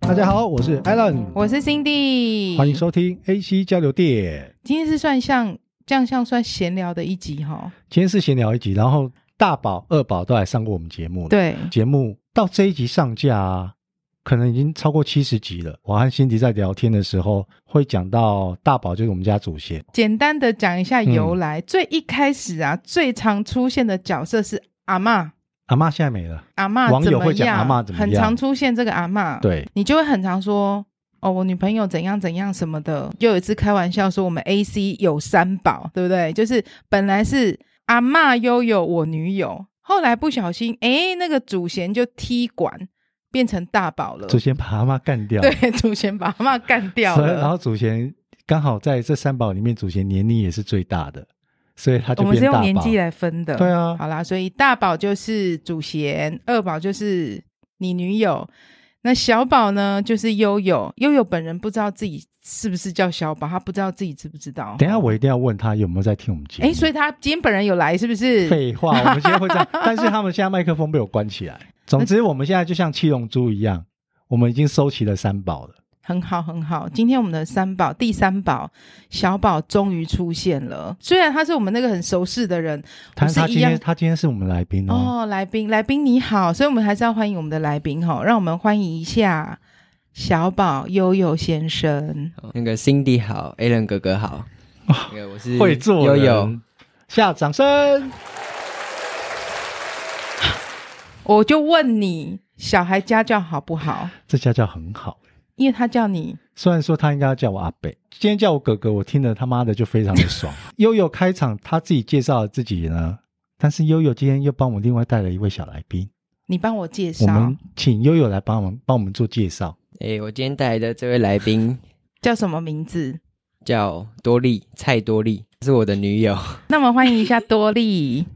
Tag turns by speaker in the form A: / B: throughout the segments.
A: 大家好，我是 Alan，
B: 我是 Cindy，
A: 欢迎收听 AC 交流电。
B: 今天是算像这样像算闲聊的一集哈，
A: 今天是闲聊一集，然后大宝、二宝都来上过我们节目了。，
B: 对，
A: 节目到这一集上架啊，可能已经超过七十集了。我和辛迪在聊天的时候，会讲到大宝就是我们家祖先，
B: 简单的讲一下由来。
A: 嗯
B: 最一开始啊，最常出现的角色是阿嬷，
A: 阿妈现在没了。
B: 阿嬷
A: 网
B: 怎
A: 友
B: 么
A: 会讲
B: 样？
A: 阿嬷怎么样
B: 很常出现这个阿嬷，，
A: 对，
B: 你就会很常说。哦，我女朋友怎样怎样什么的，就有一次开玩笑说我们 A C 有三宝，对不对？就是本来是阿嬷悠悠我女友，后来不小心，哎，那个祖贤就踢馆变成大宝了，
A: 祖先把阿妈干掉，
B: 对， 祖先把阿嬷干掉
A: 所以然
B: 了。
A: 后祖先刚好在这三宝里面，祖先年龄也是最大的，所以他
B: 我
A: 就
B: 们
A: 变
B: 是
A: 大
B: 用
A: 宝。
B: 年纪来分的，
A: 对啊
B: 好啦，所以大宝就是祖贤，二宝就是你女友，那小宝呢就是悠悠。悠悠本人不知道自己是不是叫小宝，他不知道自己知不知道。
A: 等一下我一定要问他有没有在听我们节目。
B: 哎，所以他今天本人有来，是不是？
A: 废话，我们现在会这样，但是他们现在麦克风被我关 起来。总之，我们现在就像七龙珠一样，我们已经收齐了三宝了。
B: 很好，很好。今天我们的三宝，第三宝小宝终于出现了。虽然他是我们那个很熟识的人，
A: 他
B: 我是
A: 他
B: 一
A: 今天
B: 样
A: 他今天是我们来宾哦，
B: 哦，来宾，来宾你好，所以我们还是要欢迎我们的来宾哈、让我们欢迎一下小宝悠悠先生。
C: 好那个 Cindy 好，Alan 哥哥好，那个我是
A: 会做
C: 悠
A: 人
C: 悠，。
A: 下掌声，
B: 我就问你，小孩家教好不好？
A: 这家教很好。
B: 因为他叫你
A: 虽然说他应该要叫我阿北，今天叫我哥哥，我听了他妈的就非常的爽。 悠悠开场他自己介绍了自己呢，但是悠悠今天又帮我们另外带了一位小来宾，
B: 你帮我介
A: 我
B: 绍
A: 们请悠悠来帮我们帮我们做介绍。
C: 诶，我今天带来的这位来宾
B: 叫什么名字？
C: 叫多莉，蔡多莉，是我的女友。
B: 那么欢迎一下多利。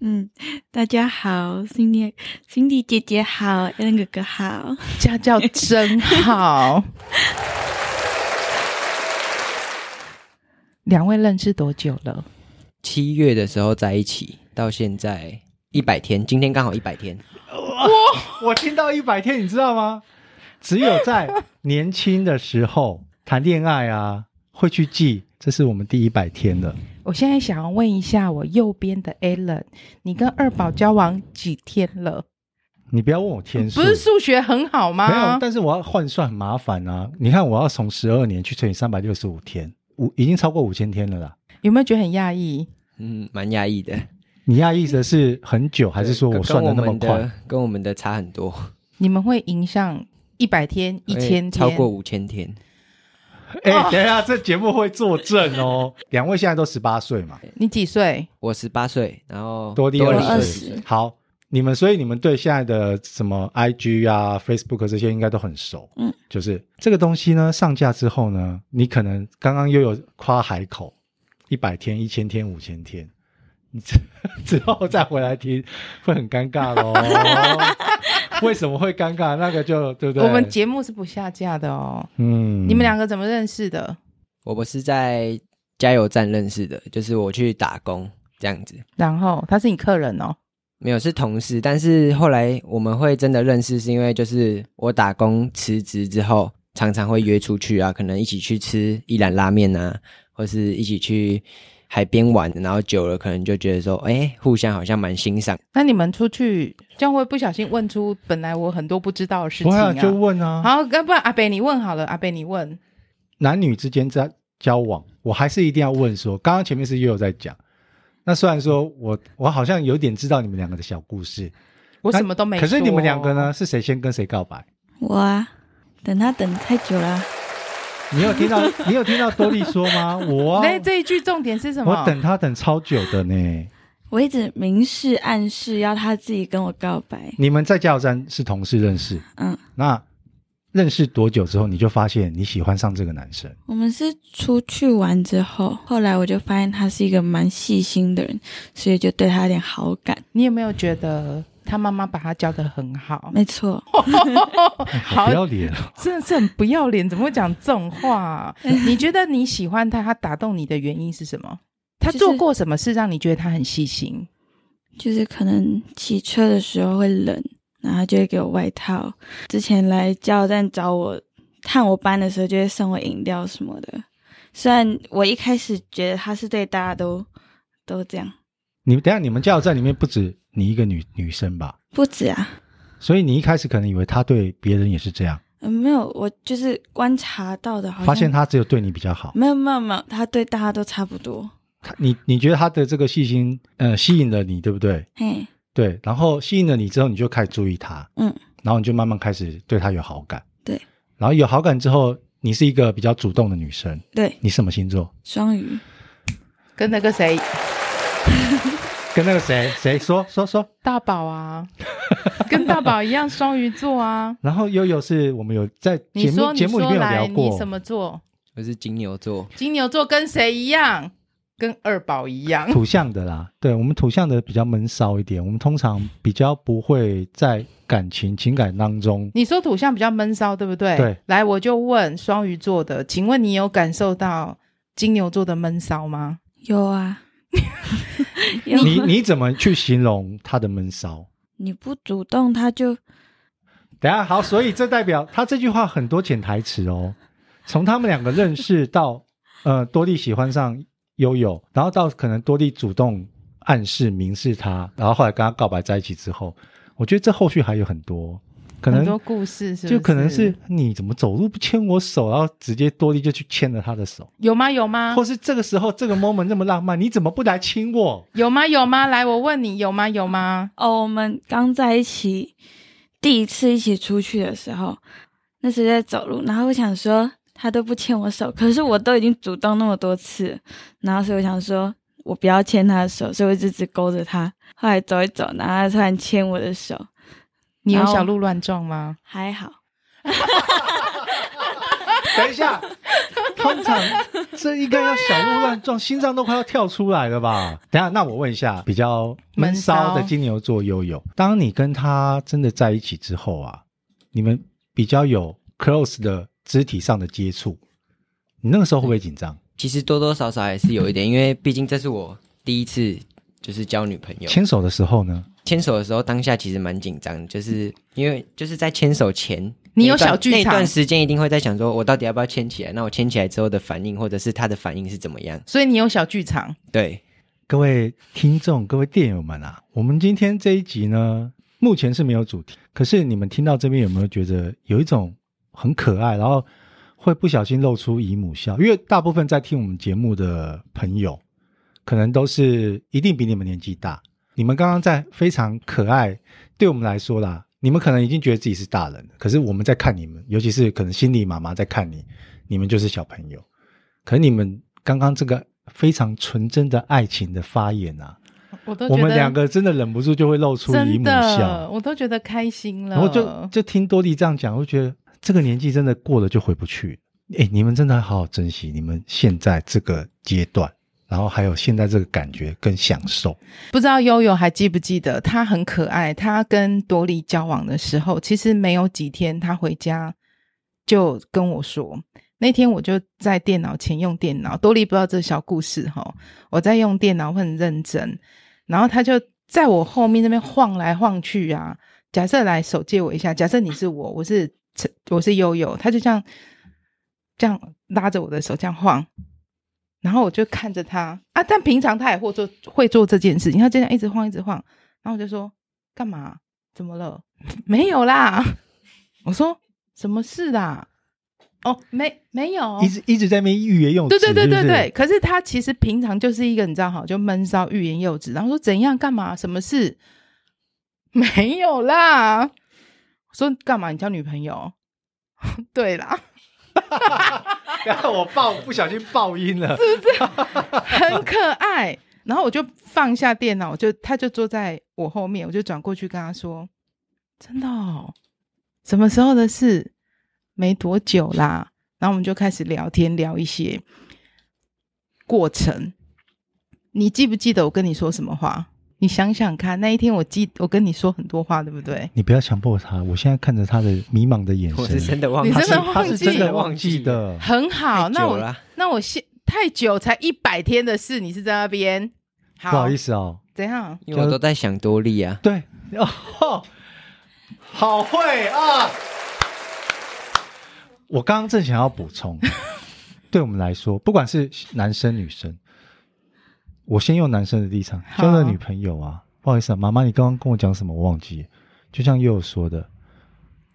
D: 嗯，大家好，Cindy Cindy 姐姐好，Allen 哥哥好。
B: 家教真 好。两位认识多久了？
C: 七月的时候在一起，到现在一百天，今天刚好一百天。
A: 我听到一百天，你知道吗？只有在年轻的时候谈恋爱啊，会去记，这是我们第一百天了。
B: 我现在想要问一下我右边的 Alan，你跟二宝交往几天了？
A: 你不要问我天数，
B: 不是啊数学很好吗？
A: 没有，但是我要换算很麻烦啊。你看，我要从十二年去乘以三百六十五天，五已经超过五千天了啦。
B: 有没有觉得很讶异？
C: 嗯，蛮压抑的，
A: 你要意思是很久，还是说
C: 对
A: 我算
C: 跟
A: 的
C: 跟
A: 那么
C: 我们的
A: 快？
C: 跟我们的差很多，
B: 你们会影响一百天、一千天？
C: 超过五千天。
A: 哎、等一下，这节目会作证哦。两位现在都十八岁嘛，
B: 你几岁？
C: 我十八岁，然后
A: 多利
C: 多
D: 利
C: 莉
D: 二
A: 二
D: 十
A: 十。好，你们所以你们对现在的什么 IG 啊、Facebook 这些应该都很熟。
D: 嗯，
A: 就是这个东西呢，上架之后呢，你可能刚刚又有夸海口一百天、一千天、五千天，你 之之后再回来听会很尴尬 喽。为什么会尴尬？那个就对不对？
B: 我们节目是不下架的哦。
A: 嗯，
B: 你们两个怎么认识的？
C: 我不是在加油站认识的，就是我去打工这样子。
B: 然后他是你客人哦，
C: 没有是同事，但是后来我们会真的认识，是因为就是我打工辞职之后，常常会约出去啊，可能一起去吃一兰拉面啊，或是一起去海边玩，然后久了可能就觉得说，哎，互相好像蛮欣赏。
B: 那你们出去这样会不小心问出本来我很多不知道的事情
A: 不会啊，就
B: 啊。
A: 问啊。
B: 好，要不然阿北你问好了，阿北你问。
A: 男女之间在交往，我还是一定要问说，刚刚前面是悠悠在讲，那虽然说我我好像有点知道你们两个的小故事，
B: 我
A: 那
B: 什么都没说。
A: 可是你们两个？呢，是谁先跟谁告白？
D: 我啊，等他等太久了，
A: 你有 听到你有听到多莉说吗？我啊
B: 那这一句重点是什么？
A: 我等他等超久的呢。
D: 我一直明示暗示要他自己跟我告白。
A: 你们在加油站是同事认识，
D: 嗯，
A: 那认识多久之后你就发现你喜欢上这个男生？
D: 我们是出去玩之后，后来我就发现他是一个蛮细心的人，所以就对他有点好感。
B: 你有没有觉得他妈妈把他教的 很好？
D: 没错，
A: 好不要脸哦，
B: 真的是很不要脸，怎么会讲这种 话啊、
A: 哎
B: 你觉得你喜欢他，他打动你的原因是什么？他
D: 就是
B: 做过什么事让你觉得他很细心？
D: 就是可能骑车的时候会冷，然后他就会给我外套。之前来加油站找我探我班的时候，就会送我饮料什么的。虽然我一开始觉得他是对大家都都这样，
A: 你们等一下你们加油站里面不止你一个女女生吧？
D: 不止啊，
A: 所以你一开始可能以为他对别人也是这样，
D: 呃没有，我就是观察到的，好像
A: 发现他只有对你比较好。
D: 没有没有没有，他对大家都差不多。
A: 他你你觉得他的这个细心，呃，吸引了你，对不对？
D: 嘿，
A: 对，然后吸引了你之后，你就开始注意他，
D: 嗯，
A: 然后你就慢慢开始对他有好感。
D: 对，
A: 然后有好感之后，你是一个比较主动的女生。
D: 对，
A: 你什么星座？
D: 双鱼，
B: 跟那个谁
A: 跟那个谁谁说说说。
B: 大 宝啊，跟大宝一样双鱼座啊。
A: 然后悠悠是我们有在
B: 你
A: 节
B: 说
A: 目
B: 你
A: 节目里
B: 说
A: 面有
B: 来，
A: 聊过
B: 你什么座？
C: 我是金牛座，
B: 金牛座跟谁一样？跟二宝一样。
A: 土象的啦，对我们土象的比较闷骚一点，我们通常比较不会在感情情感当中，
B: 你说土象比较闷骚，对不对？
A: 对。
B: 来，我就问双鱼座的，请问你有感受到金牛座的闷骚吗？
D: 有啊， 有啊
A: 你你怎么去形容他的闷骚？
D: 你不主动，他就
A: 等一下好，所以这代表他这句话很多潜台词哦。从他们两个认识到，呃，多莉喜欢上悠悠，然后到可能多莉主动暗示、明示他，然后后来跟他告白在一起之后，我觉得这后续还有很多，可能
B: 很多故事是不
A: 就可能是你怎么走路不牵我手，然后直接多莉就去牵了他的手，
B: 有吗？有吗
A: 或？是这个时候这个 moment 那么浪漫，你怎么不来亲我？
B: 有吗？有吗？来，我问你，有吗？有吗？
D: 哦，我们刚在一起，第一次一起出去的时候，那时候在走路，然后我想说他都不牵我手，可是我都已经主动那么多次了，然后所以我想说我不要牵他的手，所以我一直只勾着他。后来走一走，然后他突然牵我的手，
B: 你有
D: 然后
B: 小鹿乱撞吗？
D: 还好，
A: 等一下，通常这应该要小鹿乱撞，心脏都快要跳出来了吧？等一下，那我问一下，比较闷骚的
B: 闷骚
A: 金牛座悠悠，当你跟他真的在一起之后啊，你们比较有 close 的肢体上的接触，你那个时候会不会紧张？
C: 其实多多少少还是有一点，因为毕竟这是我第一次就是交女朋友。
A: 牵手的时候呢？
C: 牵手的时候，当下其实蛮紧张，就是因为就是在牵手前，
B: 嗯你有
C: 那段
B: 小剧场
C: 那段时间一定会在想说，我到底要不要牵起来？那我牵起来之后的反应，或者是他的反应是怎么样？
B: 所以你有小剧场，
C: 对，
A: 各位听众、各位电友们啊，我们今天这一集呢，目前是没有主题，可是你们听到这边有没有觉得有一种很可爱，然后会不小心露出姨母笑？因为大部分在听我们节目的朋友，可能都是一定比你们年纪大。你们刚刚在非常可爱，对我们来说啦，你们可能已经觉得自己是大人了，可是我们在看你们，尤其是可能心里妈妈在看你，你们就是小朋友。可是你们刚刚这个非常纯真的爱情的发言啊，
B: 我都
A: 我
B: 觉
A: 们两
B: 得
A: 个真的忍不住就会露出姨
B: 真
A: 母
B: 的，
A: 笑。
B: 我都觉得开心了。
A: 然后就就听多莉这样讲，我就觉得这个年纪真的过了就回不去。哎，你们真的好好珍惜你们现在这个阶段，然后还有现在这个感觉跟享受。
B: 不知道悠悠还记不记得，她很可爱。她跟多莉交往的时候，其实没有几天，她回家就跟我说，那天我就在电脑前用电脑，多莉不知道这小故事哈，我在用电脑会很认真，然后她就在我后面那边晃来晃去啊。假设来手借我一下，假设你是我，我是陈我是悠悠，她就这样这样拉着我的手这样晃，然后我就看着他啊，但平常他也会做会做这件事情，他这样一直晃一直晃，然后我就说干嘛？怎么了？ 没有啦。 我说什么事啦？哦，没没有，
A: 一直一直在那边欲言又止，
B: 对对对
A: 是不
B: 对
A: 是
B: 对。，可是他其实平常就是一个你知道哈，就闷骚欲言又止，然后说怎样干嘛什么事？没有啦。我说干嘛？你交女朋友？对啦，
A: 然后我爆不小心爆音了，
B: 很可爱。然后我就放下电脑，我就他就坐在我后面，我就转过去跟他说：“真的哦，什么时候的事？没多久啦。”然后我们就开始聊天，聊一些过程。你记不记得我跟你说什么话？你想想看，那一天我记我跟你说很多话，对不 对？
A: 你不要强迫他，我现在看着他的迷茫的眼
C: 我是
A: 神，
C: 真的忘记，
B: 你真的
A: 他
B: 忘
A: 是
B: 记
A: 真的忘记的。
B: 很好，
C: 太
B: 那
C: 久
B: 我
C: 了啊
B: 那我现太久才一百天的事，你是在那边好
A: 不好意思哦，
B: 怎样？
C: 因为我都在想多利啊。
A: 对哦， 好会啊！我刚刚正想要补充，对我们来说，不管是男生女生，我先用男生的立场，
B: 好
A: 交了女朋友啊，不好意思啊，妈妈，你刚刚跟我讲什么？我忘记了。就像悠悠说的，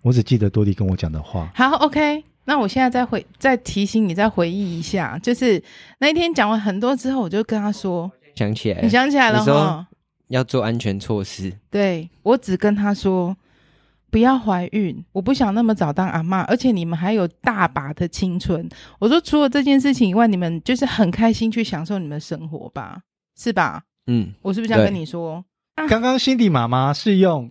A: 我只记得多莉跟我讲的话。
B: 好，OK。那我现在再回再提醒你，再回忆一下，就是那一天讲完很多之后，我就跟他说
C: 想起：“来
B: 你，想起来了
C: 哎你说
B: 哈？
C: 要做安全措施。
B: 对我只跟他说不要怀孕，我不想那么早当阿嬷，而且你们还有大把的青春。我说除了这件事情以外，你们就是很开心去享受你们的生活吧，是吧？
C: 嗯，
B: 我是不是这样
C: 对
B: 跟你说？
A: 刚刚辛迪妈妈是用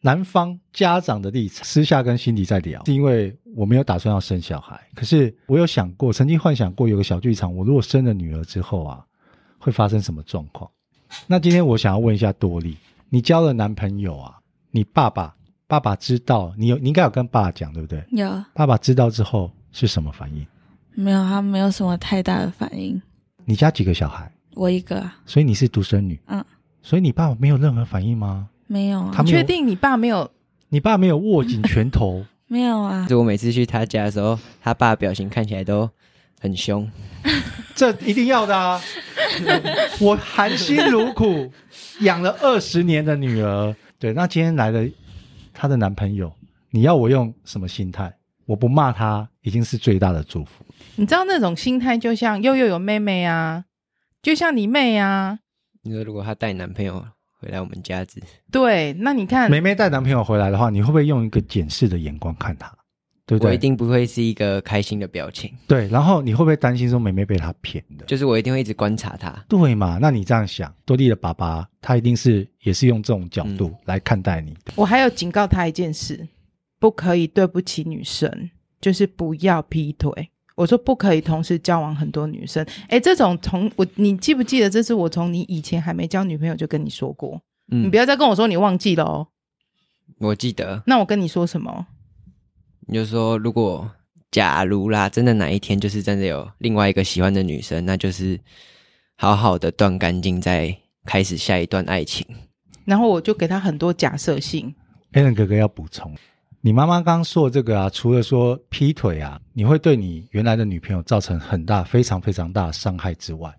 A: 男方家长的立场，私下跟辛迪在聊，是因为我没有打算要生小孩，可是我有想过，曾经幻想过有个小剧场，我如果生了女儿之后啊，会发生什么状况？那今天我想要问一下多莉，你交了男朋友啊？你爸爸爸爸知道你有，你应该有跟爸爸讲对不对？
D: 有
A: 爸爸知道之后是什么反应？
D: 没有？他没有什么太大的反应。
A: 你家几个小孩？
D: 我一个啊
A: 所以你是独生女，
D: 嗯，
A: 所以你爸爸没有任何反应吗？
D: 没有啊
A: 他，
B: 你
A: 没有
B: 确定你爸没有？
A: 你爸没有握紧拳头？
D: 没有啊，
C: 就我每次去他家的时候，他爸表情看起来都很凶。
A: 这一定要的啊！我含辛茹苦养了二十年的女儿，对，那今天来了她的男朋友，你要我用什么心态？我不骂他已经是最大的祝福。
B: 你知道那种心态，就像悠悠有妹妹啊，就像你妹啊，
C: 你说如果她带男朋友回来我们家子，
B: 对。那你看，
A: 梅梅带男朋友回来的话，你会不会用一个检视的眼光看她？对不
C: 我
A: 对？
C: 一定不会是一个开心的表情，
A: 对。然后你会不会担心说梅梅被他骗的？
C: 就是我一定会一直观察他。
A: 对嘛？那你这样想，多莉的爸爸他一定是也是用这种角
C: 嗯
A: 度来看待你的。
B: 我还有警告他一件事：不可以对不起女生，就是不要劈腿。我说不可以同时交往很多女生。哎，这种从我你记不记得？这是我从你以前还没交女朋友就跟你说过，你
C: 嗯
B: 不，要再跟我说你忘记了哦。
C: 我记得，
B: 那我跟你说什么？
C: 你就说如果假如啦，真的哪一天就是真的有另外一个喜欢的女生，那就是好好的断干净，再开始下一段爱情。
B: 然后我就给他很多假设性。
A: Alan 哥哥要补充，你妈妈刚刚说的这个啊，除了说劈腿啊，你会对你原来的女朋友造成很大、非常非常大的伤害之外，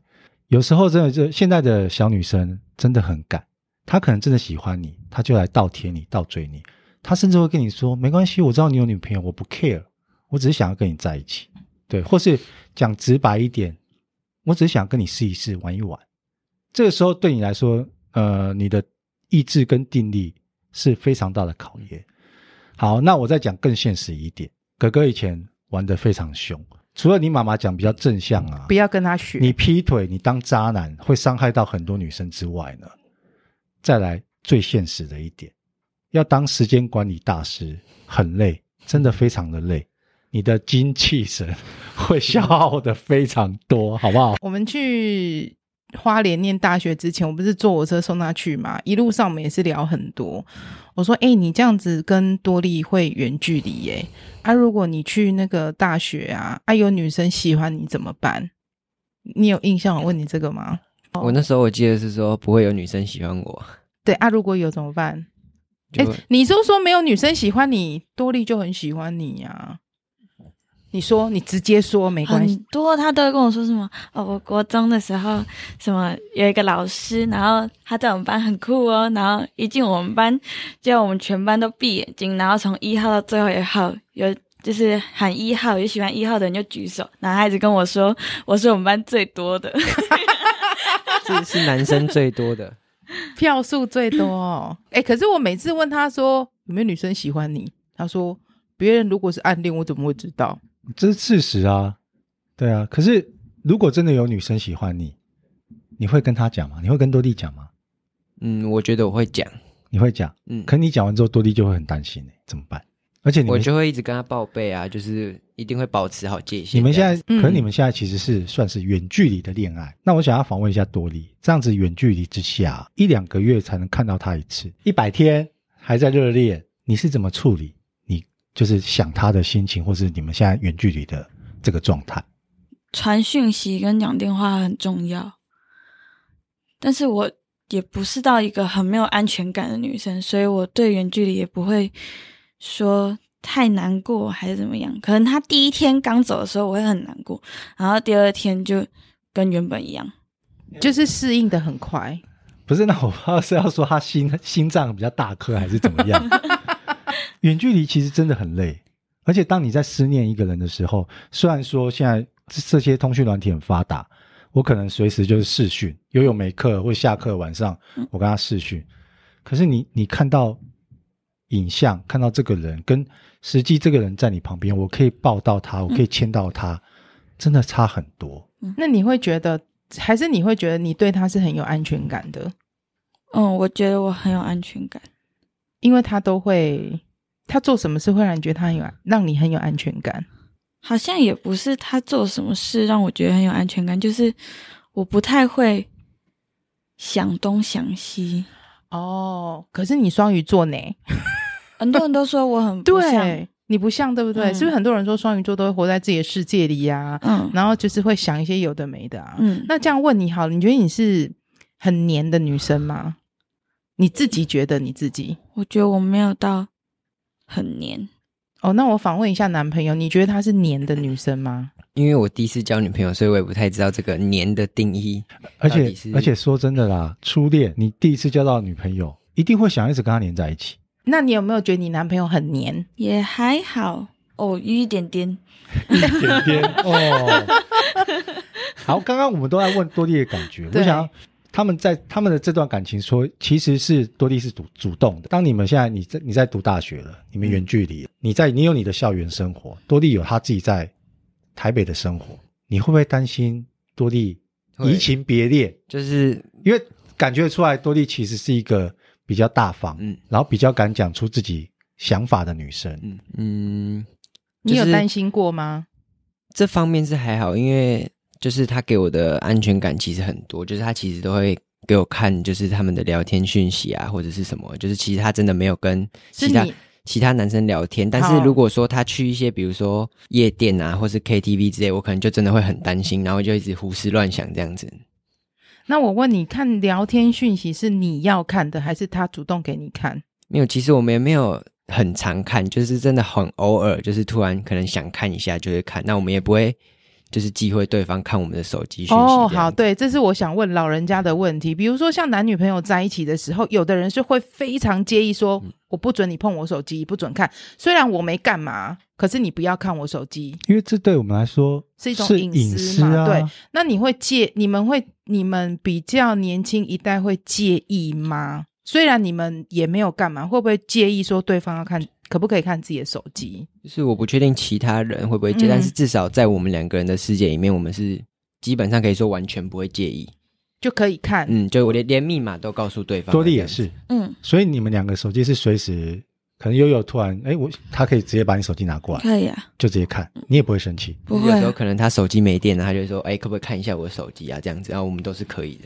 A: 有时候真的就现在的小女生真的很敢，她可能真的喜欢你，她就来倒贴你、倒追你，她甚至会跟你说：“没关系，我知道你有女朋友，我不 care，我只是想要跟你在一起。”对，或是讲直白一点，我只是想跟你试一试、玩一玩。这个时候对你来说，呃，你的意志跟定力是非常大的考验。好，那我再讲更现实一点，哥哥以前玩的非常凶，除了你妈妈讲比较正向啊，
B: 不要跟他学。
A: 你劈腿，你当渣男会伤害到很多女生之外呢，再来最现实的一点，要当时间管理大师很累，真的非常的累，你的精气神会消耗的非常多，好不好？
B: 我们去花莲念大学之前，我不是坐火车送他去嘛？一路上我们也是聊很多。我说：“哎、你这样子跟多利会远距离耶、啊，如果你去那个大学啊，啊有女生喜欢你怎么办？你有印象？我问你这个吗？
A: 哦
C: 我那时候我记得是说不会有女生喜欢我，
B: 对啊，如果有怎么办？哎、
C: 就
B: 你是不是说没有女生喜欢你，多利就很喜欢你呀、你说，你直接说没关
D: 很
B: 系。
D: 多他都会跟我说什么哦，我国中的时候什么有一个老师，然后他在我们班很酷哦，然后一进我们班，就我们全班都闭眼睛，然后从一号到最后一号，有就是喊一号，有喜欢一号的人就举手，然后他一直跟我说我是我们班最多的，
C: 是是男生最多的。
B: 票数最多、 哦。哎、可是我每次问他说有没有女生喜欢你，他说别人如果是暗恋，我怎么会知道？
A: 这是事实啊，对啊。可是如果真的有女生喜欢你，你会跟她讲吗？你会跟多莉讲吗？
C: 嗯，我觉得我会讲，
A: 你会讲，
C: 嗯，
A: 可你讲完之后，多莉就会很担心、欸、怎么办？而且你
C: 我
A: 们
C: 就会一直跟他报备啊，就是一定会保持好界限。
A: 你们现在，
B: 嗯
A: 可能你们现在其实是算是远距离的恋爱。那我想要访问一下多莉，这样子远距离之下，一两个月才能看到她一次，一百天还在热恋，你是怎么处理？你就是想她的心情，或是你们现在远距离的这个状态？
D: 传讯息跟讲电话很重要，但是我也不是到一个很没有安全感的女生，所以我对远距离也不会说太难过还是怎么样。可能他第一天刚走的时候我会很难过，然后第二天就跟原本一样。
B: 就是适应的很快。
A: 不是，那我不知道是要说他心心脏比较大颗，还是怎么样？远距离其实真的很累，而且当你在思念一个人的时候，虽然说现在这这些通讯软体很发达，我可能随时就是视讯，游泳没课或下课晚上
D: 嗯
A: 我跟他视讯，可是你你看到影像，看到这个人跟实际这个人在你旁边，我可以抱到他，我可以牵到他，真的差很多。
B: 那你会觉得，还是你会觉得你对他是很有安全感的，
D: 嗯，我觉得我很有安全感。
B: 因为他都会，他做什么事会让你觉得他很有，让你很有安全感。
D: 好像也不是他做什么事让我觉得很有安全感，就是我不太会想东想西。
B: 哦，可是你双鱼座呢？
D: 很多人都说我很不像，
B: 对，你不像，对不对？
D: 嗯
B: 是不是很多人说双鱼座都会活在自己的世界里呀、
D: 嗯
B: 然后就是会想一些有的没的啊。
D: 嗯，
B: 那这样问你好了，你觉得你是很黏的女生吗？你自己觉得你自己？
D: 我觉得我没有到很黏，
B: 哦，那我访问一下男朋友，你觉得他是黏的女生吗？
C: 因为我第一次交女朋友，所以我也不太知道这个年的定义。
A: 而
C: 到
A: 且
C: 底是
A: 而且说真的啦，初恋你第一次交到女朋友，一定会想一直跟她黏在一起。
B: 那你有没有觉得你男朋友很黏？
D: 也还好，偶遇一点点。
A: 点点 哦。好，刚刚我们都在问多莉的感觉，我
B: 对
A: 想要他们在他们的这段感情说，其实是多莉是主主动的。当你们现在你在你在读大学了，你们远距离，你在你有你的校园生活，多莉有她自己在台北的生活，你会不会担心多莉
C: 会
A: 移情别恋？
C: 就是
A: 因为感觉出来多莉其实是一个比较大方，
C: 嗯
A: 然后比较敢讲出自己想法的女生。
C: 嗯嗯，
B: 你有
C: 就是
B: 担心过吗？
C: 这方面是还好，因为就是他给我的安全感其实很多，就是他其实都会给我看，就是他们的聊天讯息啊，或者是什么，就是其实他真的没有跟
B: 是
C: 其他
B: 你
C: 其他男生聊天，但是
B: 好
C: 如果说他去一些比如说夜店啊，或是 KTV 之类，我可能就真的会很担心，然后就一直胡思乱想这样子。
B: 那我问你看聊天讯息是你要看的，还是他主动给你看？
C: 没有，其实我们也没有很常看，就是真的很偶尔，就是突然可能想看一下就会看。那我们也不会就是忌讳对方看我们的手机讯息。
B: 哦，好，，对，这是我想问老人家的问题。比如说，像男女朋友在一起的时候，有的人是会非常介意说，
C: 嗯
B: 我不准你碰我手机，不准看。虽然我没干嘛，可是你不要看我手机，
A: 因为这对我们来说
B: 是一种
A: 隐
B: 隐私嘛
A: 啊，
B: 对那你会介？你们会？你们比较年轻一代会介意吗？虽然你们也没有干嘛，会不会介意说对方要看，可不可以看自己的手机？
C: 就是我不确定其他人会不会介，
B: 嗯
C: 但是至少在我们两个人的世界里面，我们是基本上可以说完全不会介意。
B: 就可以看。
C: 嗯，就我连连密码都告诉对方。
A: 多莉也是，
D: 嗯，
A: 所以你们两个手机是随时，可能悠悠突然，哎，我他可以直接把你手机拿
B: 嗯
A: 过来，
D: 可以啊，
A: 就直接看，你也不会生气。
D: 不
C: 就是
D: 会
C: 有时候
D: 啊。
C: 可能他手机没电了，他就会说：“哎、可不可以看一下我的手机啊？”这样子，然后我们都是可以的。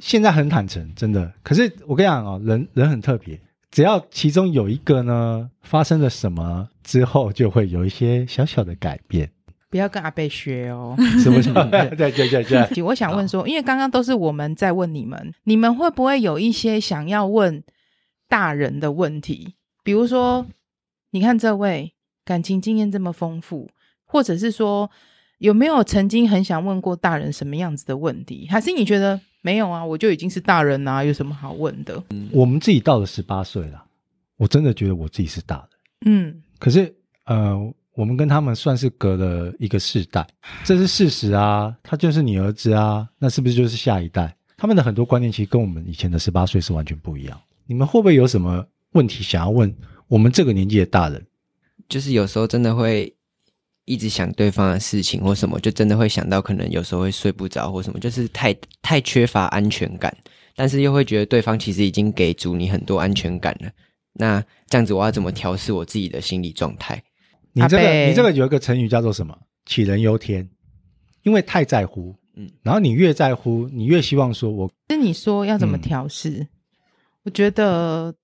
A: 现在很坦诚，真的。可是我跟你讲哦，人人很特别，只要其中有一个呢发生了什么之后，就会有一些小小的改变，
B: 不要跟阿贝学哦。
A: 是 不是？对对对对，
B: 我想问说，因为刚刚都是我们在问你们，你们会不会有一些想要问大人的问题？比如说，你看这位感情经验这么丰富，或者是说有没有曾经很想问过大人什么样子的问题？还是你觉得没有啊？我就已经是大人啦、啊有什么好问的？
A: 我们自己到了十八岁了，我真的觉得我自己是大人。
B: 嗯，
A: 可是呃，我们跟他们算是隔了一个世代，这是事实啊。他就是你儿子啊，那是不是就是下一代？他们的很多观念其实跟我们以前的十八岁是完全不一样。你们会不会有什么问题想要问我们这个年纪的大人？
C: 就是有时候真的会一直想对方的事情或什么，就真的会想到可能有时候会睡不着或什么，就是太太缺乏安全感，但是又会觉得对方其实已经给足你很多安全感了。那这样子，我要怎么调试我自己的心理状态？
A: 你这
B: 阿
A: 个
B: 贝
A: 你这个有一个成语叫做什么？杞人忧天，因为太在乎，嗯
C: 嗯，
A: 然后你越在乎，你越希望说我
B: 那你说要怎么
A: 嗯
B: 调试？我觉得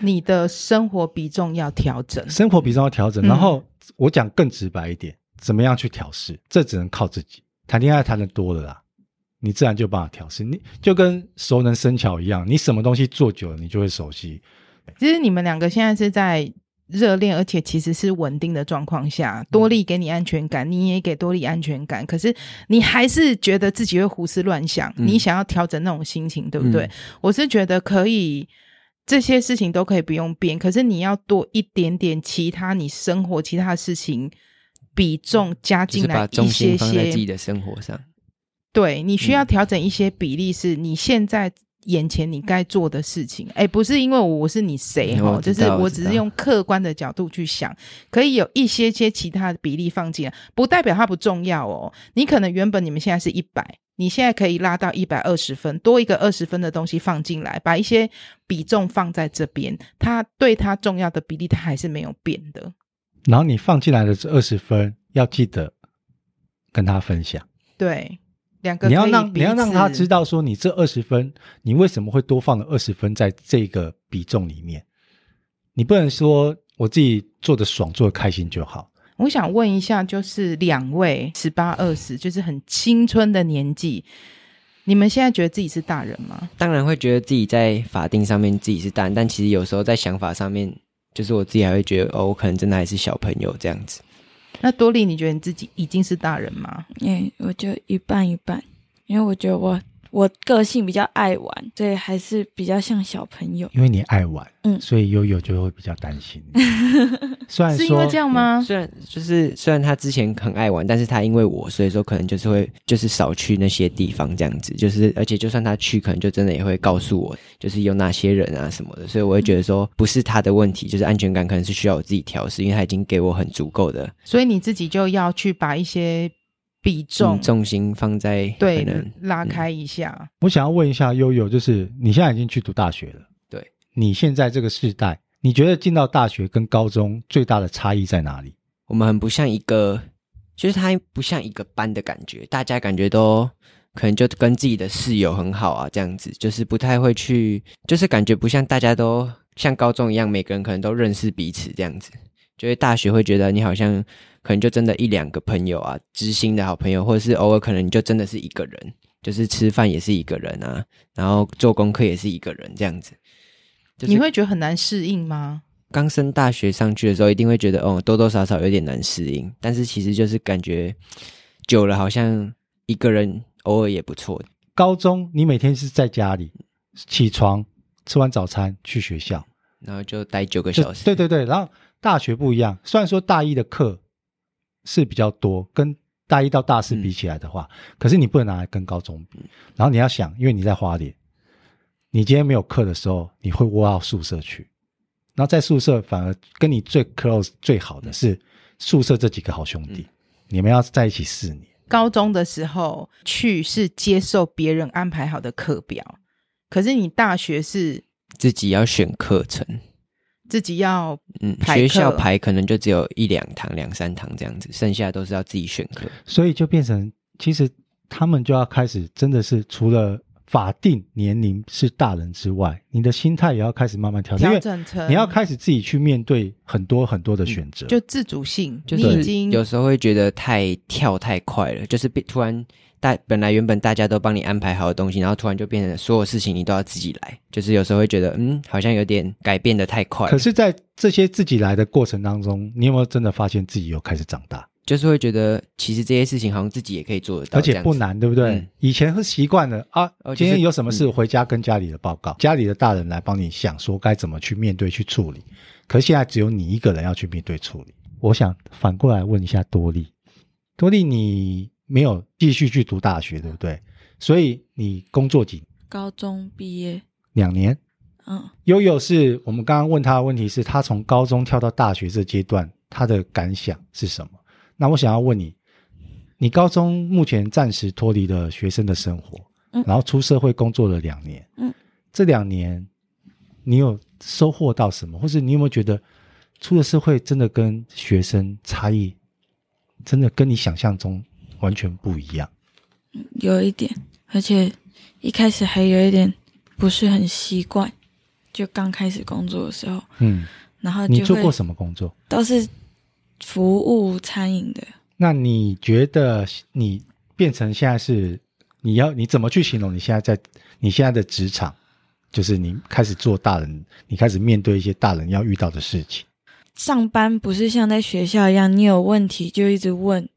B: 你的生活比重要调整。
A: 生活比重要调整。
B: 嗯
A: 然后我讲更直白一点，怎么样去调试？这只能靠自己。谈恋爱谈的多了啦，你自然就有办法调试。你就跟熟能生巧一样，你什么东西做久了，你就会熟悉。
B: 其实你们两个现在是在热恋，而且其实是稳定的状况下，
C: 嗯
B: 多利给你安全感，你也给多利安全感，可是你还是觉得自己会胡思乱想，
C: 嗯
B: 你想要调整那种心情，对不对？
C: 嗯
B: 我是觉得可以。这些事情都可以不用变，可是你要多一点点其他你生活其他的事情比重加
C: 就
B: 进
C: 是
B: 来
C: 把重
B: 一
C: 心
B: 些
C: 放在
B: 些
C: 自，己的生活上。
B: 对你需要
C: 嗯
B: 调整一些比例，是你现在眼前你该做的事情。哎，不是因为我我是你谁
C: 嗯
B: 哦，
C: 我
B: 就
C: 知
B: 是
C: 道
B: 我
C: 我
B: 只
C: 知
B: 是
C: 道
B: 用客观的角度去想，可以有一些些其他的比例放进来，不代表它不重要哦。你可能原本你们现在是一百。你现在可以拉到一百二十分，多一个二十分的东西放进来，把一些比重放在这边，它对它重要的比例它还是没有变的。
A: 然后你放进来的这二十分，要记得跟他分享。
B: 对，两个
A: 你要
B: 可以
A: 让
B: 彼
A: 你要让他
B: 此
A: 知道说，你这二十分，你为什么会多放了二十分在这个比重里面？你不能说我自己做的爽，做的开心就好。
B: 我想问一下，就是两位十八二十，就是很青春的年纪，你们现在觉得自己是大人吗？
C: 当然会觉得自己在法定上面自己是大人，但其实有时候在想法上面，就是我自己还会觉得哦，我可能真的还是小朋友这样子。
B: 那多莉，你觉得你自己已经是大人吗？
D: 嗯，我就一半一半，因为我觉得我我个性比较爱玩，所以还是比较像小朋友。
A: 因为你爱玩，
D: 嗯
A: 所以悠悠就会比较担心。 虽然
B: 是因为
A: 说
B: 这，样吗？
C: 虽然就是虽然他之前很爱玩，但是他因为我，所以说可能就是会就是少去那些地方这样子，就是而且就算他去，可能就真的也会告诉我，就是有哪些人啊什么的，所以我会觉得说不是他的问题，就是安全感可能是需要我自己调试，因为他已经给我很足够的
B: 所以你自己就要去把一些比重、
C: 嗯重心放在可
B: 对
C: 能
B: 拉开一下。
A: 我想要问一下悠悠，就是你现在已经去读大学了，
C: 对，
A: 你现在这个世代，你觉得进到大学跟高中最大的差异在哪里？
C: 我们很不像一个，就是他不像一个班的感觉，大家感觉都可能就跟自己的室友很好啊，这样子，就是不太会去，就是感觉不像大家都像高中一样，每个人可能都认识彼此这样子。就是大学会觉得你好像可能就真的一两个朋友啊，知心的好朋友，或者是偶尔可能你就真的是一个人，就是吃饭也是一个人啊，然后做功课也是一个人这样子。就是
B: 你会觉得很难适应吗？
C: 刚升大学上去的时候，一定会觉得哦，多多少少有点难适应，但是其实就是感觉久了，好像一个人偶尔也不错。
A: 高中你每天是在家里起床，吃完早餐去学校，
C: 然后就待九个
A: 就
C: 小时，
A: 对对对，然后大学不一样，虽然说大一的课是比较多，跟大一到大四比起来的话，可是你不能拿来跟高中比。然后你要想，因为你在花莲，你今天没有课的时候，你会窝到宿舍去，然后在宿舍反而跟你最 close 最好的是宿舍这几个好兄弟，你们要在一起四年。
B: 高中的时候去是接受别人安排好的课表，可是你大学是
C: 自己要选课程，
B: 自己要
C: 嗯，
B: 排
C: 学校
B: 课
C: 排可能就只有一两堂、两三堂这样子，剩下都是要自己选课。
A: 所以就变成，其实他们就要开始，真的是除了法定年龄是大人之外，你的心态也要开始慢慢调整，
B: 调
A: 因为
B: 整成
A: 你要开始自己去面对很多很多的选择。
B: 嗯就自主性，
C: 就
B: 你
C: 是
B: 已经
C: 有时候会觉得太跳太快了，就是变突然大本来原本大家都帮你安排好的东西，然后突然就变成所有事情你都要自己来，就是有时候会觉得嗯，好像有点改变的太快了。
A: 可是，在这些自己来的过程当中，你有没有真的发现自己有开始长大，
C: 就是会觉得其实这些事情好像自己也可以做得到，
A: 而且不
C: 这样子。
A: 难，对不对？
C: 嗯
A: 以前是习惯了啊，
C: 哦就是
A: 今天有什么事
C: 嗯
A: 回家跟家里的报告，家里的大人来帮你想说该怎么去面对、去处理。可是现在只有你一个人要去面对处理。我想反过来问一下多利，多利，你没有继续去读大学，对不对？所以你工作几
D: 高中毕业，
A: 两年？
D: 嗯，
A: 悠悠是我们刚刚问他的问题是，他从高中跳到大学这阶段，他的感想是什么？那我想要问你，你高中目前暂时脱离了学生的生活，
D: 嗯
A: 然后出社会工作了两年，
D: 嗯，
A: 这两年你有收获到什么，或是你有没有觉得出了社会真的跟学生差异，真的跟你想象中完全不一样？
D: 有一点，而且一开始还有一点不是很习惯，就刚开始工作的时候，
A: 嗯，
D: 然后
A: 你
D: 就
A: 做
D: 会
A: 过什么工作？
D: 都是服务餐饮的，
A: 那你觉得你变成现在是你要你怎么去形容你现在在你现在的职场？就是你开始做大人，你开始面对一些大人要遇到的事情。
D: 上班不是像在学校一样，你有问题就一直问，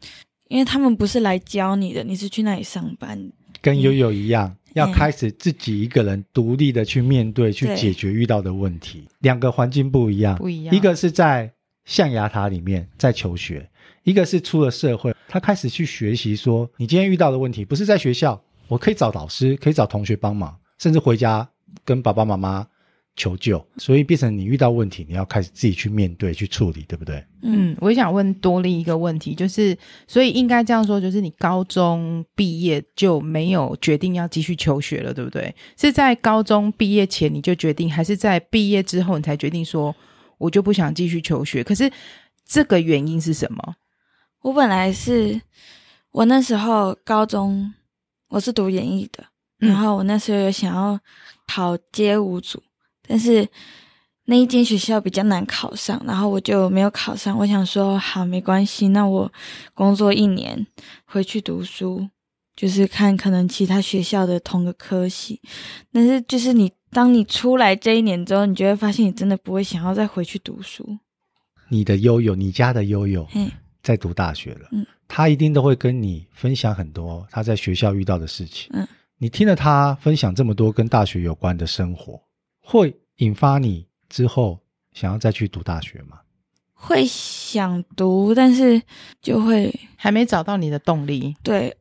D: 因为他们不是来教你的，你是去那里上班。
A: 跟
D: 嗯
A: 悠悠一样，要
D: 嗯
A: 开始自己一个人独立的去面对、去
D: 对
A: 解决遇到的问题。两个环境不一样，
B: 不一样
A: 一个是在象牙塔里面在求学，一个是出了社会，他开始去学习说，你今天遇到的问题不是在学校，我可以找老师，可以找同学帮忙，甚至回家跟爸爸妈妈求救。所以变成你遇到问题，你要开始自己去面对、去处理，对不对？
B: 嗯，我也想问多利一个问题，就是，所以应该这样说，就是你高中毕业就没有决定要继续求学了，对不对？是在高中毕业前你就决定，还是在毕业之后你才决定说，我就不想继续求学？可是这个原因是什么？
D: 我本来是，我那时候高中我是读演艺的，
B: 嗯
D: 然后我那时候有想要考街舞组，但是那一间学校比较难考上，然后我就没有考上。我想说，好，没关系，那我工作一年回去读书，就是看可能其他学校的同个科系。但是就是你当你出来这一年之后，你就会发现你真的不会想要再回去读书。
A: 你的悠悠，你家的悠悠，
D: 嘿，
A: 在读大学了，
D: 嗯
A: 他一定都会跟你分享很多他在学校遇到的事情，
D: 嗯，
A: 你听了他分享这么多跟大学有关的生活，会引发你之后想要再去读大学吗？
D: 会想读，但是就会
B: 还没找到你的动力？
D: 对，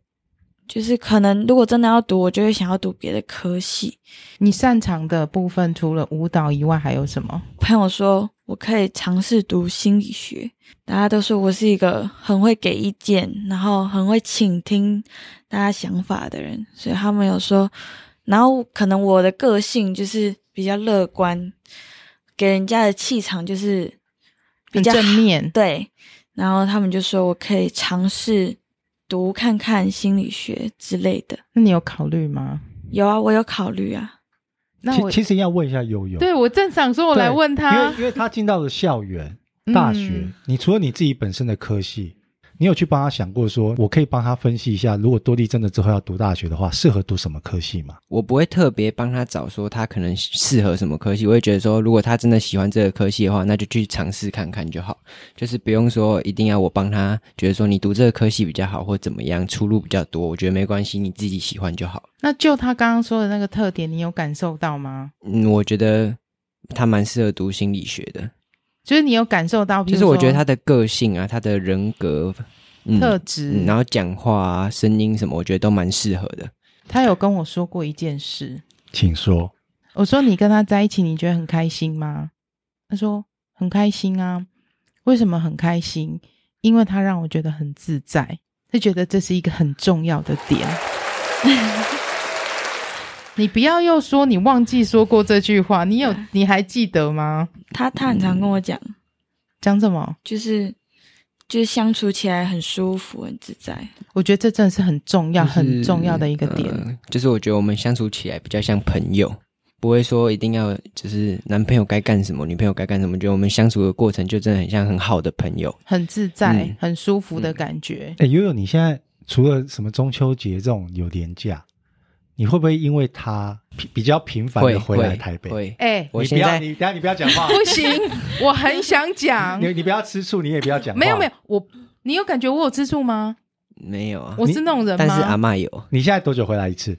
D: 就是可能如果真的要读，我就会想要读别的科系。
B: 你擅长的部分除了舞蹈以外还有什么？
D: 朋友说我可以尝试读心理学，大家都说我是一个很会给意见，然后很会倾听大家想法的人，所以他们有说，然后可能我的个性就是比较乐观，给人家的气场就是比
B: 很
D: 较
B: 正
D: 好
B: 面，
D: 对，然后他们就说我可以尝试读看看心理学之类的。
B: 那你有考虑吗？
D: 有啊，我有考虑啊。
B: 那我
A: 其其实要问一下悠悠，
B: 对我正想说，我来
A: 对
B: 问
A: 因
B: 他嗯
A: 为，因为他进到了校园、大学，你除了你自己本身的科系，你有去帮他想过说，我可以帮他分析一下，如果多利真的之后要读大学的话，适合读什么科系吗？
C: 我不会特别帮他找说他可能适合什么科系，我会觉得说，如果他真的喜欢这个科系的话，那就去尝试看看就好，就是不用说一定要我帮他觉得说你读这个科系比较好或怎么样，出路比较多，我觉得没关系，你自己喜欢就好。
B: 那就他刚刚说的那个特点，你有感受到吗？
C: 嗯，我觉得他蛮适合读心理学的，
B: 就是你有感受到，比
C: 就
B: 如
C: 是我觉得
B: 说
C: 他的个性啊，他的人格，嗯，
B: 特质、
C: 嗯然后讲话啊、声音什么，我觉得都蛮适合的。
B: 他有跟我说过一件事，
A: 请说。
B: 我说你跟他在一起，你觉得很开心吗？他说很开心啊。为什么很开心？因为他让我觉得很自在，他觉得这是一个很重要的点。 你不要又说你忘记说过这句话，你有你还记得吗？
D: 他他很常跟我讲，
B: 讲什么？
D: 就是就是相处起来很舒服，很自在。
B: 我觉得这真的是很重要、
C: 就是
B: 很重要的一个点。
C: 呃就是我觉得我们相处起来比较像朋友，不会说一定要就是男朋友该干什么，女朋友该干什么。觉得我们相处的过程就真的很像很好的朋友。
B: 很自在、
C: 嗯
B: 很舒服的感觉。
A: 哎，悠悠，你现在除了什么中秋节这种有年假，你会不会因为他比比较频繁
C: 会
A: 的回来
C: 会
A: 台北？
C: 会，
B: 哎、
C: 我
A: 你不
C: 现
A: 要，
C: 在
A: 你等下你不要讲话，
B: 不行，我很想 讲
A: 你，你不要吃醋，你也不要讲话。
B: 没有没有，，我你有感觉我有吃醋吗？
C: 没有啊。
B: 我是那种人
C: 但是阿
B: 吗？
C: 嬷有，
A: 你现在多久回来一次？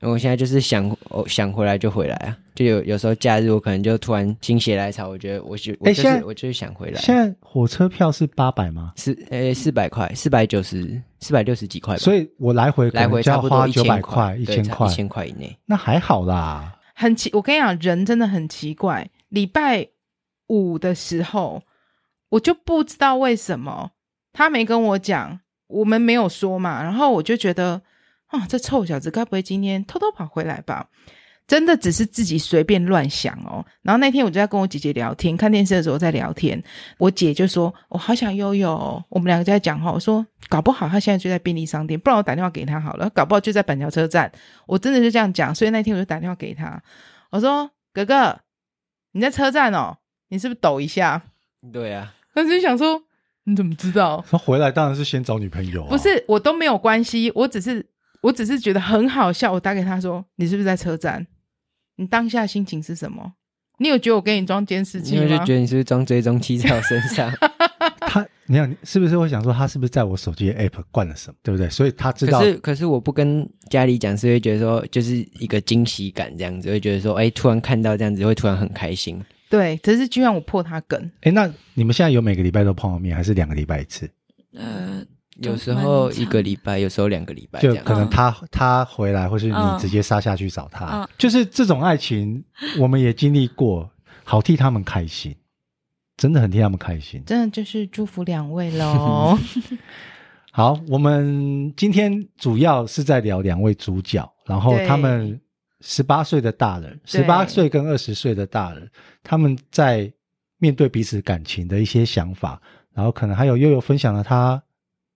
C: 我现在就是想哦想回来就回来啊，就有有时候假日我可能就突然心血来潮，我觉得我就我
A: 哎
C: 就是、
A: 现在
C: 我就是想回来啊。
A: 现在火车票是八百吗？
C: 四呃四百块，四百九十，四百六十几块吧，
A: 所以我来回可
C: 来
A: 能
C: 回
A: 就
C: 差
A: 要
C: 不多
A: 花
C: 一
A: 九
C: 千
A: 百
C: 块，
A: 一千块
C: 一，千块以内。
A: 那还好啦。
B: 很奇，我跟你讲，人真的很奇怪。礼拜五的时候，我就不知道为什么他没跟我讲，我们没有说嘛，然后我就觉得，哦，这臭小子该不会今天偷偷跑回来吧？真的只是自己随便乱想哦。然后那天我就在跟我姐姐聊天，看电视的时候在聊天，我姐就说：“我好想悠悠、哦。”我们两个就在讲话，我说：“搞不好他现在就在便利商店，不然我打电话给他好了，搞不好就在板桥车站。”我真的就这样讲，所以那天我就打电话给他，我说：“哥哥，你在车站哦，你是不是抖一下
C: 对啊，？”
B: 当时就想说：“你怎么知道？”
A: 那回来当然是先找女朋友、啊，
B: 不是，我都没有关系，我只是我只是觉得很好笑，我打给他说：“你是不是在车站？你当下心情是什么？你有觉得我给你装监视器
C: 因为就
B: 吗
C: 觉得你是不是装追踪器在我身 上，
A: 他，你想是不是会想说他是不是在我手机的 app 灌了什么，对不对？所以他知道
C: 可是可是我不跟家里讲，是会觉得说就是一个惊喜感这样子，会觉得说哎、突然看到这样子会突然很开心。？”
B: 对，只是居然我破他梗，
A: 哎，那你们现在有每个礼拜都碰到面，还是两个礼拜一次？
D: 呃，
C: 有时候
D: 蛮
C: 一个礼拜，有时候两个礼拜这
A: 就
C: 样嗯
A: 可
C: 子。
A: 能他、他回来，或是你
D: 嗯
A: 直接杀下去找他，
D: 嗯
A: 就是这种爱情，我们也经历过，好替他们开心，真的很替他们开心。
B: 真的就是祝福两位
A: 哦
B: 喽。
A: 好，我们今天主要是在聊两位主角，然后
B: 对
A: 他们十八岁的大人，十
B: 对
A: 八岁跟二十岁的大人，他们在面对彼此感情的一些想法，然后可能还有悠悠分享了他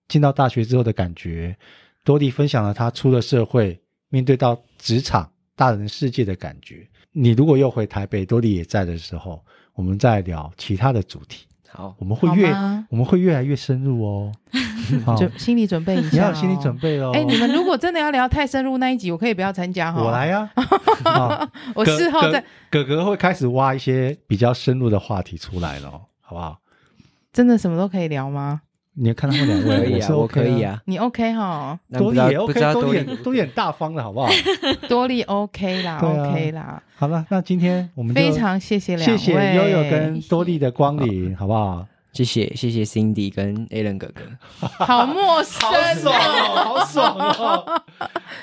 A: 进到大学之后的感觉，多莉分享了他出了社会面对到职场大人世界的感觉。你如果又回台北，多莉也在的时候，我们再聊其他的主题，
C: 好，
A: 我们会
B: 好啊
A: 越
B: 吗
A: 我们会越来越深入 哦。 好
B: 准心理准备一下、哦，
A: 你要有心理准。备哦。
B: 哎、你们如果真的要聊太深入那一集，我可以不要参加哈。
A: 我来， 呀、啊！
B: 哦我事后再
A: 哥哥会开始挖一些比较深入的话题出来了哦，好不好？
B: 真的什么都可以聊吗？
A: 你看他们两
C: 可
A: 位，
C: 以
A: 是
C: 啊， 我
A: OK
C: 可以，啊。
B: 你 OK 哈，
C: 那
A: 多
C: 不
A: 一
C: 知道
A: 也
C: 不知道
A: OK，多
C: 多
A: 一
C: 利
A: 也多一很大方的好不 好？
B: 多利 OK 啦、
A: 对啊
B: o k 啦，
A: 好了，那今天我们就
B: 非常谢谢两
A: 谢
B: 位，
A: 谢悠悠跟多莉的光临，好不好？
C: 谢谢谢谢 Cindy 跟 Alan 哥哥，
B: 好陌生哦。
A: 哦，好爽哦！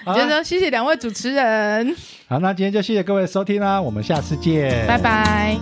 A: 好
B: 就
A: 啦
B: 说谢谢两位主持人，
A: 好，那今天就谢谢各位的收听啦，我们下次见，
B: 拜。拜。